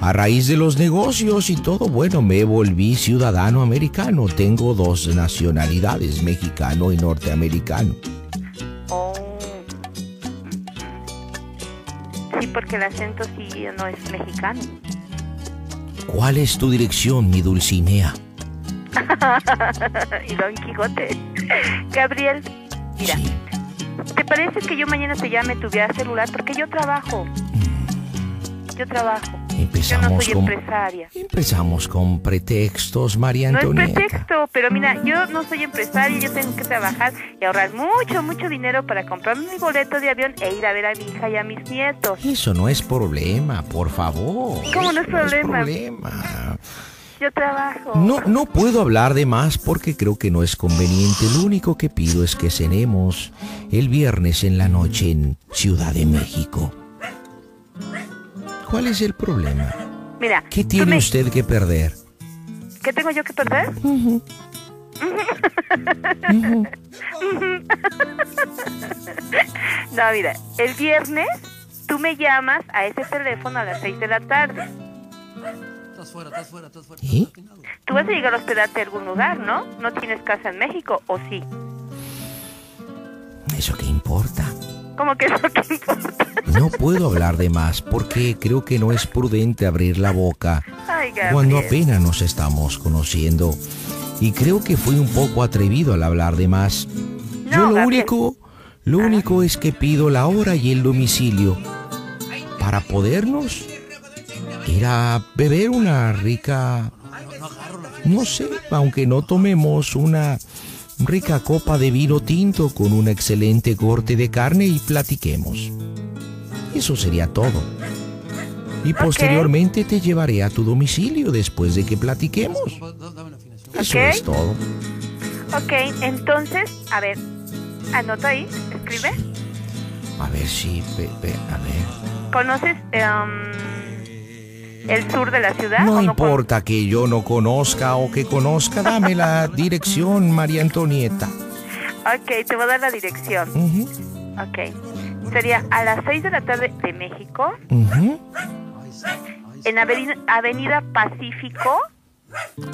D: a raíz de los negocios y todo, bueno, me volví ciudadano americano. Tengo dos nacionalidades, mexicano y norteamericano.
E: Oh. Sí, porque el acento sí no es mexicano.
D: ¿Cuál es tu dirección, mi Dulcinea?
E: y Don Quijote. <laughs> Gabriel, mira,
D: Sí.
E: ¿te parece que yo mañana te llame tu vía celular? Porque yo trabajo. Yo trabajo. Yo no
D: Empezamos
E: soy
D: con.
E: empresaria.
D: Empezamos con pretextos, María
E: No es
D: Antonieta.
E: pretexto, pero mira, yo no soy empresaria, yo tengo que trabajar y ahorrar mucho, mucho dinero para comprarme mi boleto de avión e ir a ver a mi hija y a mis nietos.
D: Eso no es problema, por favor.
E: ¿Cómo no es
D: Eso
E: problema?
D: problema.
E: Yo trabajo.
D: No, no puedo hablar de más porque creo que no es conveniente. Lo único que pido es que cenemos el viernes en la noche en Ciudad de México. ¿Cuál es el problema?
E: Mira,
D: ¿Qué
E: tú
D: tiene
E: me-
D: usted que perder?
E: ¿qué tengo yo que perder? No, mira, el viernes tú me llamas a ese teléfono a las 6 de la tarde.
D: ¿Y?
E: Tú vas a llegar a hospedarte a algún lugar, ¿no? No tienes casa en México, ¿o sí?
D: ¿Eso qué importa?
E: Como que eso que importa.
D: No puedo hablar de más porque creo que no es prudente abrir la boca
E: Ay, Gabriel.
D: cuando apenas nos estamos conociendo. Y creo que fui un poco atrevido al hablar de más. Yo
E: No,
D: lo
E: Gabriel. Ah.
D: único, lo único es que pido la hora y el domicilio para podernos ir a beber una rica, no sé, aunque no tomemos una rica copa de vino tinto con un excelente corte de carne y platiquemos. Eso sería todo. Y posteriormente te llevaré a tu domicilio después de que platiquemos. Eso
E: Ok.
D: es todo.
E: Ok, entonces, a ver, anota ahí, escribe.
D: A ver si, pe- pe- a ver.
E: ¿Conoces em, el sur de la ciudad?
D: No
E: ¿O
D: importa que yo no conozca o que conozca, dame la dirección, María Antonieta.
E: con- Ok, te voy a dar la dirección.
D: Ujú,
E: Ok. Sería a las 6 de la tarde de México,
D: ujú.
E: en Avenida, Avenida Pacífico.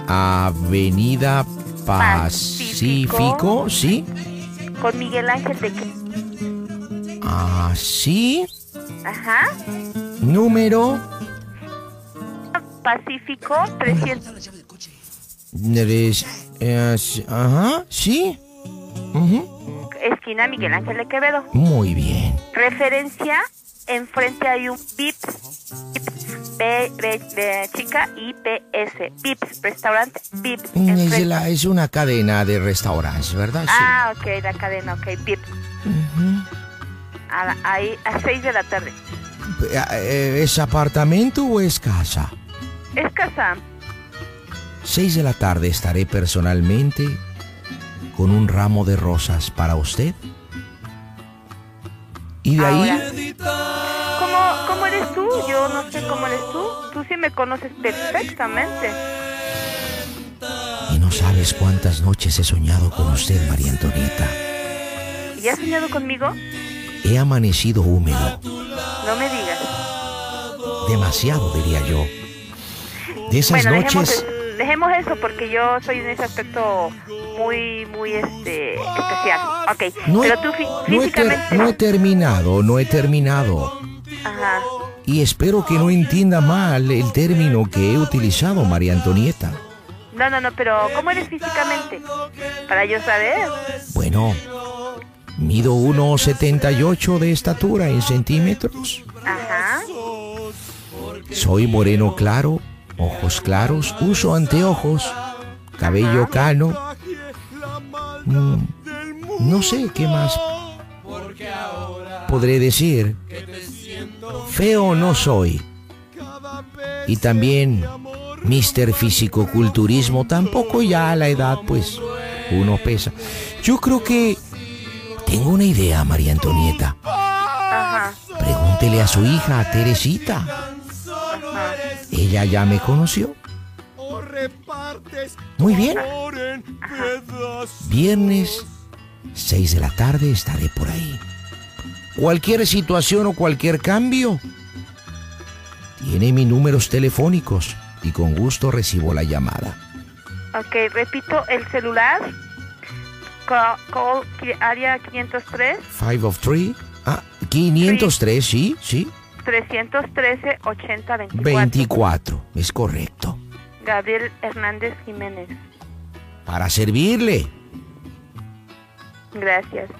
D: Avenida
E: Pacífico.
D: Pacífico, ¿sí?
E: con Miguel Ángel de que
D: Así,
E: ajá
D: número
E: Pacífico 300
D: tres, eh, sí, ajá, sí. Ujú.
E: esquina Miguel Ángel de Quevedo
D: Muy bien.
E: referencia enfrente hay un Vips Vips, B, B, B chica y PS Vips restaurante Vips
D: Es, de
E: enfrente.
D: la- es una cadena de restaurantes, ¿verdad? Sí.
E: ah ok la cadena ok Vips a la- ahí a 6 de la tarde
D: Eh, ¿Es apartamento o es casa?
E: es casa
D: 6 de la tarde estaré personalmente con un ramo de rosas para usted. Y de ahí,
E: Ahora. ¿Cómo, ¿Cómo eres tú? Yo no sé cómo eres tú. Tú sí me conoces perfectamente.
D: y no sabes cuántas noches he soñado con usted, María Antonieta.
E: ¿Y has soñado conmigo?
D: He amanecido húmedo,
E: No me digas.
D: demasiado diría yo. De esas
E: bueno,
D: noches,
E: dejemos, dejemos eso porque yo soy en ese aspecto muy, muy este, especial. Ok,
D: no he,
E: pero tú fi-
D: no he ter-
E: físicamente...
D: no he terminado, no he terminado.
E: Ajá.
D: Y espero que no entienda mal el término que he utilizado, María Antonieta.
E: No, no, no, pero ¿cómo eres físicamente? Para yo saber.
D: Bueno, mido 1,78 de estatura en centímetros.
E: Ajá.
D: Soy moreno claro, ojos claros, uso anteojos, cabello cano. Mm, no sé qué más podré decir. Feo no soy. Y también Mr. Fisicoculturismo, tampoco ya a la edad, pues uno pesa. Yo creo que tengo una idea, María Antonieta.
E: Ajá.
D: Pregúntele a su hija, a Teresita. Ella ya me conoció. Muy bien. Viernes, 6 de la tarde, estaré por ahí. Cualquier situación o cualquier cambio, tiene mis números telefónicos y con gusto recibo la llamada.
E: Ok, repito, el celular. Call, call qui- área 503.
D: 5 of 3. Ah, 503, sí, sí.
E: 313-8024.
D: 24, es correcto.
E: Gabriel Hernández Jiménez.
D: Para servirle.
E: Gracias.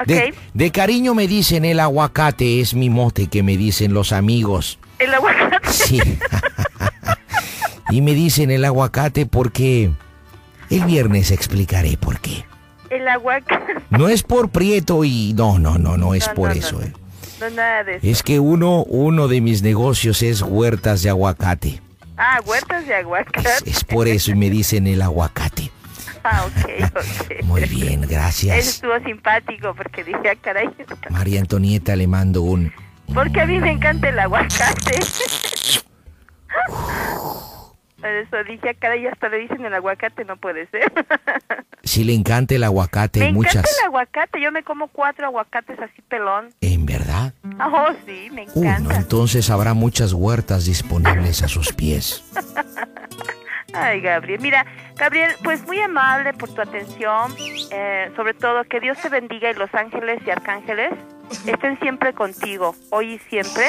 E: Ok.
D: De, de cariño me dicen el aguacate, es mi mote que me dicen los amigos.
E: El aguacate.
D: Sí. <laughs> y me dicen el aguacate porque el viernes explicaré por qué.
E: El aguacate.
D: No es por prieto y no, no, no, no es
E: No,
D: por
E: no, no,
D: eso.
E: no.
D: eh.
E: No, nada de eso.
D: Es que uno, uno de mis negocios es huertas de aguacate.
E: Ah, huertas de
D: Es,
E: aguacate.
D: es por eso y me dicen el aguacate.
E: Ah, ok, <laughs>
D: <laughs>
E: ok.
D: Muy bien,
E: Eso
D: gracias.
E: estuvo simpático porque dije, ah, caray.
D: María Antonieta le mando un
E: Porque a mí me encanta
D: <laughs>
E: el aguacate. Por eso dije, ah, caray, hasta le dicen el aguacate, no puede ser. <laughs>
D: si le encanta el aguacate,
E: me
D: hay muchas.
E: encanta el aguacate. Yo me como cuatro aguacates así pelón.
D: ¿En verdad?
E: Ah, Oh, sí, me
D: Uh, no,
E: encanta.
D: entonces habrá muchas huertas disponibles a sus
E: <laughs>
D: pies.
E: Ay, Gabriel. Mira, Gabriel, pues muy amable por tu atención. Eh, sobre todo, que Dios te bendiga y los ángeles y arcángeles estén siempre contigo, hoy y siempre.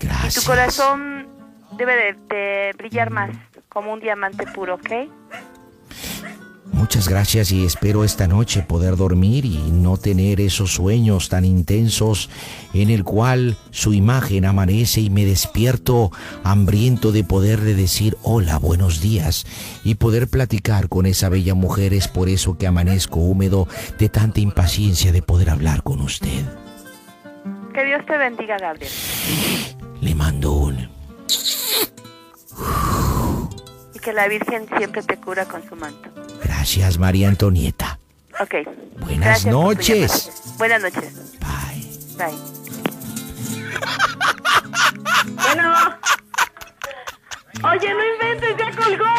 D: Gracias.
E: Tu corazón debe de, de brillar más, como un diamante puro, ¿ok?
D: Muchas gracias y espero esta noche poder dormir y no tener esos sueños tan intensos en el cual su imagen amanece y me despierto hambriento de poderle decir hola, buenos días y poder platicar con esa bella mujer. Es por eso que amanezco húmedo de tanta impaciencia de poder hablar con usted.
E: Que Dios te bendiga, Gabriel.
D: Le mando un...
E: Y que la Virgen siempre te cura con su manto.
D: Gracias María Antonieta.
E: Ok.
D: Buenas
E: Gracias por tu
D: noches.
E: llamada. Buenas noches.
D: Bye.
E: Bye.
G: Bueno. Oye, no inventes, ya colgó.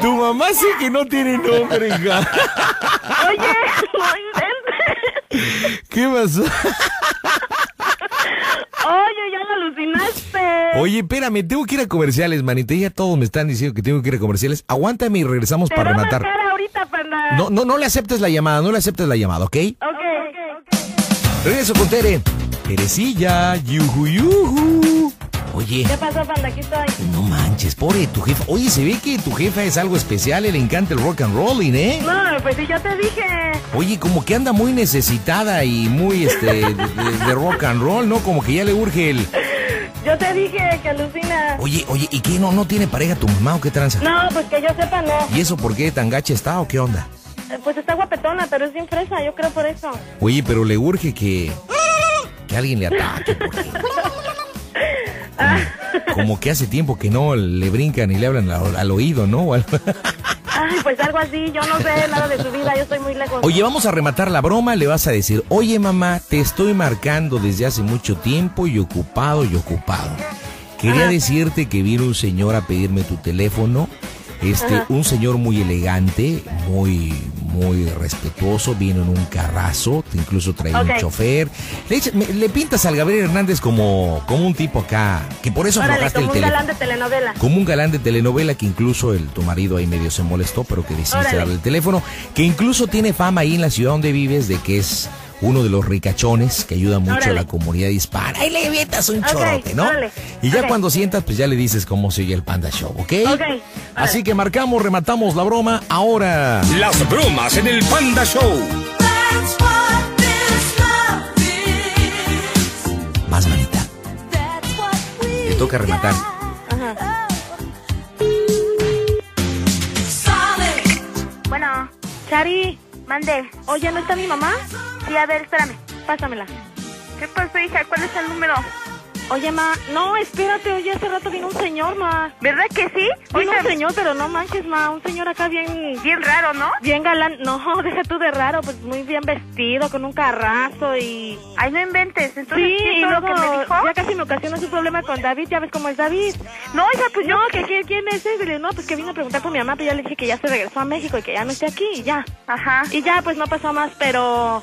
H: Tu mamá sí que no tiene nombre, hija.
G: Oye, <laughs> no inventes.
H: ¿Qué pasó?
G: Oye, ya lo alucinaste.
H: Oye, espérame, tengo que ir a comerciales, manita. Ya todos me están diciendo que tengo que ir a comerciales. Aguántame y regresamos
G: Te
H: para
G: va a
H: rematar.
G: marcar ahorita, panda.
H: No, no, no le aceptes la llamada, no le aceptes la llamada, ¿ok?
G: Ok, ok.
H: Regreso con Tere. Teresilla, yuju, yuju.
D: Oye,
G: ¿Qué pasó, panda? Aquí estoy.
D: no manches, pobre tu jefa. Oye, se ve que tu jefa es algo especial, le encanta el rock and rolling, ¿eh?
G: No, pues sí, ya te dije.
D: Oye, como que anda muy necesitada y muy este de, de- de rock and roll, ¿no? Como que ya le urge el.
G: Yo te dije que alucina.
D: Oye, oye, ¿y qué no no tiene pareja tu mamá o qué tranza?
G: No, pues que yo sepa, no.
D: ¿Y eso por qué tan gacha está o qué onda?
G: Eh, Pues está guapetona, pero es bien fresa, yo creo por eso.
D: Oye, pero le urge que que alguien le ataque porque como, como que hace tiempo que no le brincan y le hablan al, al oído, ¿no? O algo.
G: Ay, pues algo así, yo no sé nada de su vida, yo estoy muy lejos.
D: Oye, vamos a rematar la broma, le vas a decir, oye mamá, te estoy marcando desde hace mucho tiempo y ocupado y ocupado. Quería decirte que vino un señor a pedirme tu teléfono, este, un señor muy elegante, muy, muy respetuoso, vino en un carrazo, incluso traía
G: Ok.
D: un chofer. Le, echa- me- le pintas al Gabriel Hernández como, como un tipo acá, que por eso
G: Órale,
D: aflojaste
G: como un
D: el teléfono.
G: galán de telenovela.
D: Como un galán de telenovela que incluso el, tu marido ahí medio se molestó, pero que decidiste
G: Órale.
D: darle el teléfono. Que incluso tiene fama ahí en la ciudad donde vives de que es uno de los ricachones que ayuda mucho a la
G: Órale.
D: comunidad hispana. Ahí le inventas un
G: Ok,
D: chorote, ¿no?
G: órale.
D: Y ya
G: Ok.
D: cuando sientas, pues ya le dices cómo se oye el Panda Show, ¿ok?
G: órale.
D: Así que marcamos, rematamos la broma ahora.
I: Las bromas en el Panda Show.
B: That's what this love is.
D: Más manita.
B: That's what we
D: Le toca rematar.
B: got. Solid.
E: Bueno,
G: Chari,
E: mande.
G: oye, ¿no está mi mamá?
E: Sí, a ver, espérame.
G: Pásamela.
E: ¿Qué pasó, hija? ¿Cuál es el número?
G: Oye, ma, no, espérate, oye, hace rato vino un señor, ma.
E: ¿Verdad que sí?
G: Vino
E: Oiga,
G: un señor, pero no manches, ma, un señor acá bien...
E: bien raro, ¿no?
G: Bien galán, no, <laughs> deja tú de raro, pues muy bien vestido, con un carrazo y...
E: Ay, no inventes. Entonces,
G: Sí,
E: ¿sí es
G: y
E: todo
G: luego
E: lo que me dijo?
G: ya casi me ocasionó su problema con David, ya ves cómo es David.
E: No, hija, pues yo...
G: No, que que- quién es ese, Le digo, no, pues que vino a preguntar por mi mamá, pero ya le dije que ya se regresó a México y que ya no esté aquí, y ya.
E: Ajá.
G: Y ya, pues no pasó más, pero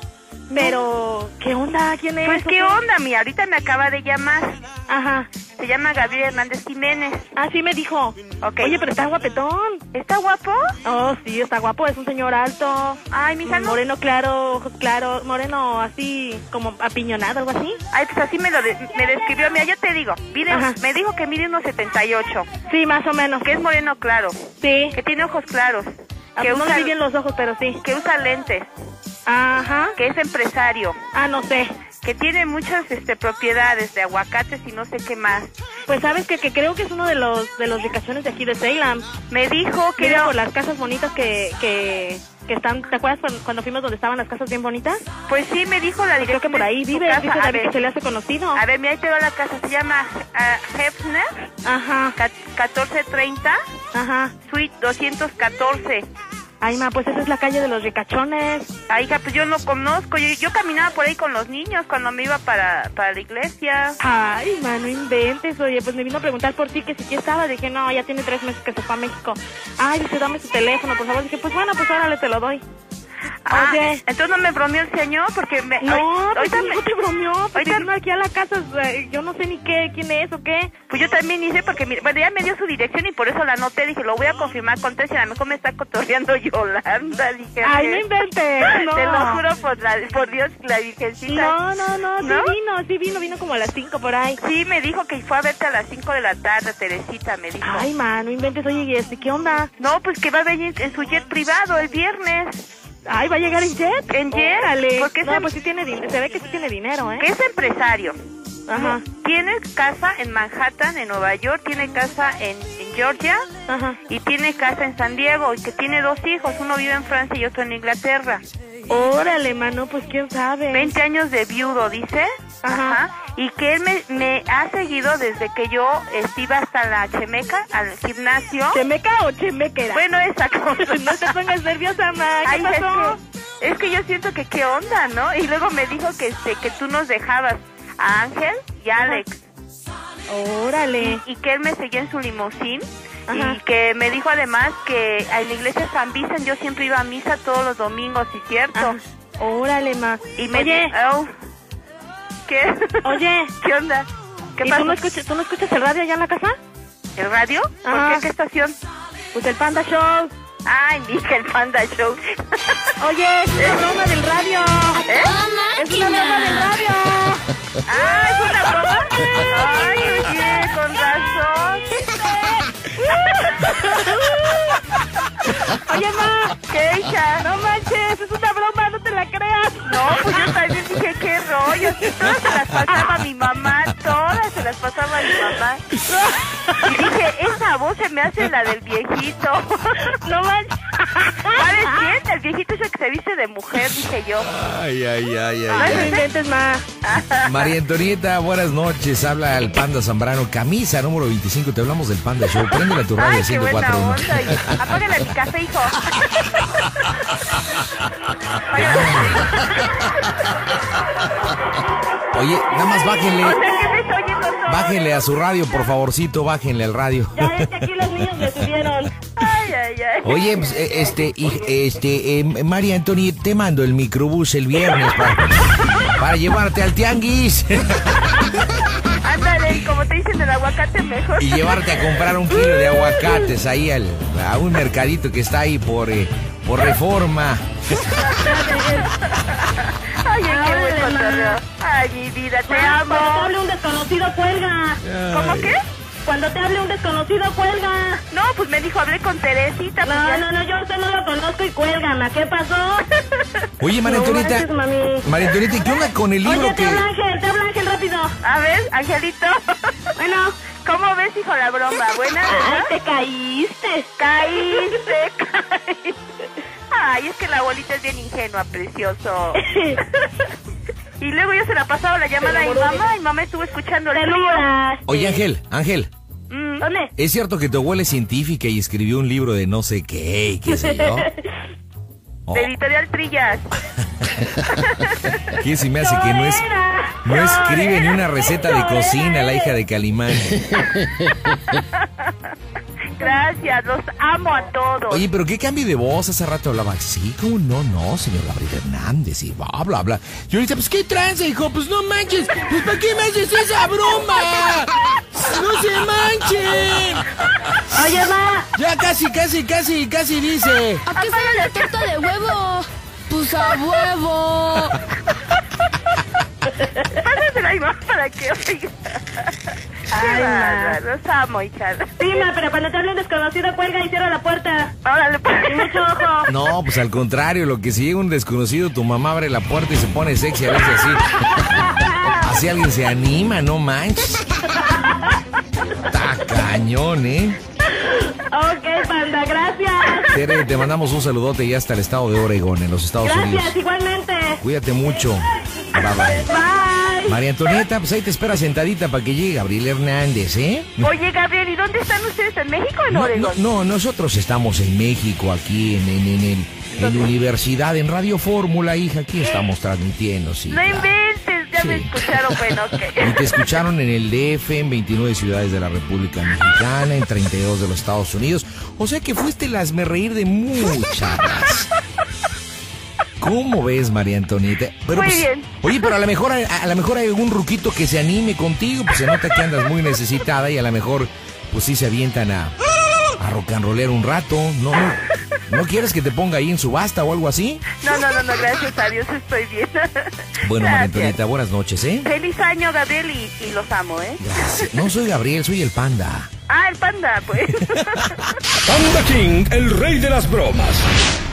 G: Pero, ¿qué onda? ¿Quién es?
E: Pues
G: ¿O
E: qué onda, mi, ahorita me acaba de llamar.
G: Ajá.
E: Se llama Gabriel Hernández Jiménez.
G: Ah, sí me dijo.
E: Ok.
G: Oye, pero está guapetón.
E: ¿Está guapo?
G: Oh, sí, está guapo. Es un señor alto.
E: Ay, mija, no.
G: Moreno claro, ojos claros. Moreno así, como apiñonado, algo así.
E: Ay, pues así me lo de- me describió. Mira, yo te digo, mide-
G: Ajá.
E: me dijo que mide unos 78,
G: Sí, más o menos.
E: que es moreno claro,
G: Sí.
E: que tiene ojos claros,
G: Ah,
E: que
G: no le
E: usa,
G: vi bien los ojos, pero sí.
E: que usa lentes,
G: Ajá.
E: que es empresario,
G: Ah, no sé.
E: que tiene muchas este, propiedades de aguacates y no sé qué más.
G: Pues sabes que, que creo que es uno de los de los ricachones de aquí de Salem.
E: Me dijo que
G: Que
E: era-
G: por las casas bonitas que, que, que están. ¿Te acuerdas cuando, cuando fuimos donde estaban las casas bien bonitas?
E: pues sí, me dijo la
G: Creo
E: dirección
G: que por
E: de
G: ahí
E: su
G: vive.
E: casa.
G: Dice
E: a,
G: David
E: ver,
G: que se le hace conocido.
E: a ver, mira, ahí te doy la casa, se llama ah, Hefner,
G: Ajá,
E: ca- 1430,
G: ajá.
E: suite 214.
G: Ay, ma, pues esa es la calle de los ricachones.
E: Ay, hija, pues yo no conozco. Yo, yo caminaba por ahí con los niños cuando me iba para, para la iglesia.
G: Ay, ma, no inventes. Oye, pues me vino a preguntar por ti que si aquí estaba. Dije, no, ya tiene tres meses que se fue a México. Ay, dice, dame su teléfono, por favor. Dije, pues bueno, pues órale, te lo doy.
E: Ah,
G: Oye.
E: entonces no me bromeó el señor porque me.
G: No,
E: ahorita-
G: pues
E: ahorita
G: no
E: me-
G: te bromeó. Pues
E: ahorita-
G: vino aquí a la casa, eh, yo no sé ni qué, quién es o qué.
E: Pues yo también hice porque, mira, bueno, ya me dio su dirección y por eso la anoté. Dije, lo voy a confirmar con Tess y a lo mejor me está cotorreando <laughs> Yolanda. Dije,
G: Ay,
E: "¿qué?". <laughs>
G: no inventes. No.
E: Te lo juro por, la- por Dios, la virgencita.
G: No, no, no, sí
E: ¿No?
G: vino, sí vino, vino como a las cinco por ahí.
E: Sí, me dijo que fue a verte a las 5 de la tarde, Teresita, me dijo.
G: Ay, ma, no inventes. Oye, ¿y este qué onda?
E: No, pues que va a venir en su jet privado el viernes.
G: Ay, va a llegar en jet.
E: En jet.
G: Órale.
E: Porque es
G: no,
E: en-
G: pues sí tiene dinero. Se ve que sí tiene dinero, ¿eh?
E: Que es empresario.
G: Ajá.
E: Tiene casa en Manhattan, en Nueva York, tiene casa en, en Georgia
G: Ajá.
E: y tiene casa en San Diego y que tiene dos hijos, uno vive en Francia y otro en Inglaterra.
G: Órale, mano, pues quién sabe.
E: 20 años de viudo, dice.
G: Ajá.
E: Y que él me, me ha seguido desde que yo este, iba hasta la Chemeca, al gimnasio.
G: ¿Chemeca o chemequera?
E: Bueno, esa cosa.
G: <laughs> no te pongas nerviosa, ma. ¿Qué
E: Ay, es
G: pasó?
E: que- Es que yo siento que qué onda, ¿no? Y luego me dijo que, este, que tú nos dejabas a Ángel y a Alex.
G: Órale.
E: y que él me seguía en su limusín
G: Ajá.
E: y que me dijo además que en la iglesia San Vicente yo siempre iba a misa todos los domingos, ¿sí cierto?
G: Ajá. Órale, ma.
E: Y me
G: Oye,
E: di- oh. ¿Qué?
G: <laughs> oye.
E: ¿Qué onda? ¿Qué
G: ¿Y
E: pasa?
G: tú no, escuchas, tú no escuchas el radio allá en la casa?
E: ¿El radio? ¿Por
G: Ah.
E: qué? ¿Qué estación?
G: Pues el Panda Show.
E: Ay, dije el Panda Show.
G: Oye, es una broma del radio.
E: ¿Eh?
G: Es una broma del radio.
E: Ah, ¿es una broma? Ay, oye, con razón.
G: Oye, ma.
E: ¿Qué, hija?
G: No manches, es una broma, no te la creas.
E: No, pues yo también dije, qué rollo. Si todas se las pasaba a mi mamá, todas se las pasaba a mi mamá. Y dije, esa voz se me hace la del viejito. <laughs>
G: No manches.
E: ¿Sabes quién? El viejito es el que se viste de mujer, dije yo.
H: Ay, ay, ay, ay.
G: Ay, no inventes, ma.
D: María Antonieta, buenas noches. Habla el Panda Zambrano, camisa número 25. Te hablamos del Panda Show. Préndela tu radio
E: Ay, qué buena
D: 104.1.
E: onda. hija. Apágale mi café, hijo. Apágale.
D: Oye, nada más bájenle.
E: O sea, ¿qué me estoy oyendo solo?
D: Bájenle a su radio, por favorcito, bájenle al radio.
G: Ya ves que aquí los niños le subieron.
E: Ay, ay, ay.
D: Oye, pues, eh, este, y- este, eh, María Antonieta, te mando el microbús el viernes para, para llevarte al tianguis
E: Ándale, como te dicen, el aguacate mejor.
D: y llevarte a comprar un kilo de aguacates ahí al, a un mercadito que está ahí por, eh, por reforma.
E: Ay, qué buen
G: Ándale, ma.
E: cotorreo. Ay, mi vida, te
G: Cuando te
E: amo.
G: hable un desconocido, cuelga.
E: ¿Cómo qué?
G: Cuando te hable un desconocido, cuelga.
E: No, pues me dijo, hablé con Teresita. pues ya-
G: No, no, no, yo a usted no lo conozco y cuelga, ma. ¿Qué pasó?
D: Oye, María
G: No
D: Antonieta,
G: manches, mami.
D: María Antonieta, ¿y ¿qué onda con el libro
G: Oye, te
D: que...?
G: habla Ángel, te habla Ángel rápido.
E: A ver, Angelito. <laughs>
G: Bueno,
E: ¿Cómo ves, hijo, la broma? ¿Buena?
G: ay, te caíste.
E: Caíste, caíste. Ay, es que la abuelita es bien ingenua, <laughs> precioso. Y luego yo se la pasaba la llamada a mi mamá y mamá estuvo escuchando el
G: Te
E: río.
G: libraste.
D: Oye, Ángel, Ángel,
E: Mm,
G: ¿Dónde?
D: ¿es cierto que tu abuela es científica y escribió un libro de no sé qué y qué sé <laughs> yo? Oh,
E: de Editorial Trillas.
D: ¿Qué se me hace que no es...? No escribe <laughs> ni una receta de cocina la hija de Calimán.
E: Gracias, los amo a todos.
D: Oye, pero qué cambio de voz hace rato hablaba. Sí, cómo no, no, señor Gabriel Hernández. Y bla, bla, bla. Y ahorita, pues, ¿qué tranza, hijo? Pues no manches. Pues, ¿para qué me haces esa broma? ¡No se manchen!
E: Oye, ma,
D: Ya casi, casi, casi, casi dice.
J: ¿A qué sabe la torta de huevo? Pues a huevo.
E: pásasela igual para que oiga. Ay, ma. Los amo, hija.
G: Sí, ma, pero cuando te hablen desconocido, cuelga y cierra la puerta.
E: Órale, pues.
G: Y mucho ojo.
H: No, pues al contrario, lo que si llega un desconocido, tu mamá abre la puerta y se pone sexy a veces así. Así alguien se anima, no manches. Está cañón, ¿eh?
G: Ok, panda, gracias.
H: Tere, te mandamos un saludote y hasta el estado de Oregón, en los Estados Unidos.
G: Gracias, igualmente.
H: Cuídate mucho. Bye, bye.
G: Bye.
H: María Antonieta, pues ahí te espera sentadita para que llegue Gabriel Hernández, ¿eh?
E: Oye, Gabriel, ¿y dónde están ustedes? ¿En México o en
D: No,
E: Oregón?
D: no, no, nosotros estamos en México, aquí en, en, en, en- en Universidad, en Radio Fórmula, hija. Aquí estamos transmitiendo, sí.
E: No
D: claro.
E: inventes, ya me
D: Sí.
E: escucharon. Bueno,
D: <laughs> Y te
E: ok.
D: escucharon en el DF, en 29 ciudades de la República Mexicana, en 32 de los Estados Unidos. O sea que fuiste el reír de muchas. ¿Cómo ves, María Antonieta? pues,
E: Muy bien.
D: Oye, pero a lo mejor hay- a, lo mejor hay algún ruquito que se anime contigo, pues se nota que andas muy necesitada y a lo mejor pues sí se avientan a a rock and rollear un rato. No, no, ¿no quieres que te ponga ahí en subasta o algo así?
E: No, no, no, no, gracias a Dios estoy bien.
D: Bueno, María
E: Gracias.
D: Antonieta, buenas noches, ¿eh?
E: Feliz año, Gabriel, y, y los amo, ¿eh?
D: Gracias. No soy Gabriel, soy el panda.
E: Ah, el panda, pues.
I: Panda King, el rey de las bromas.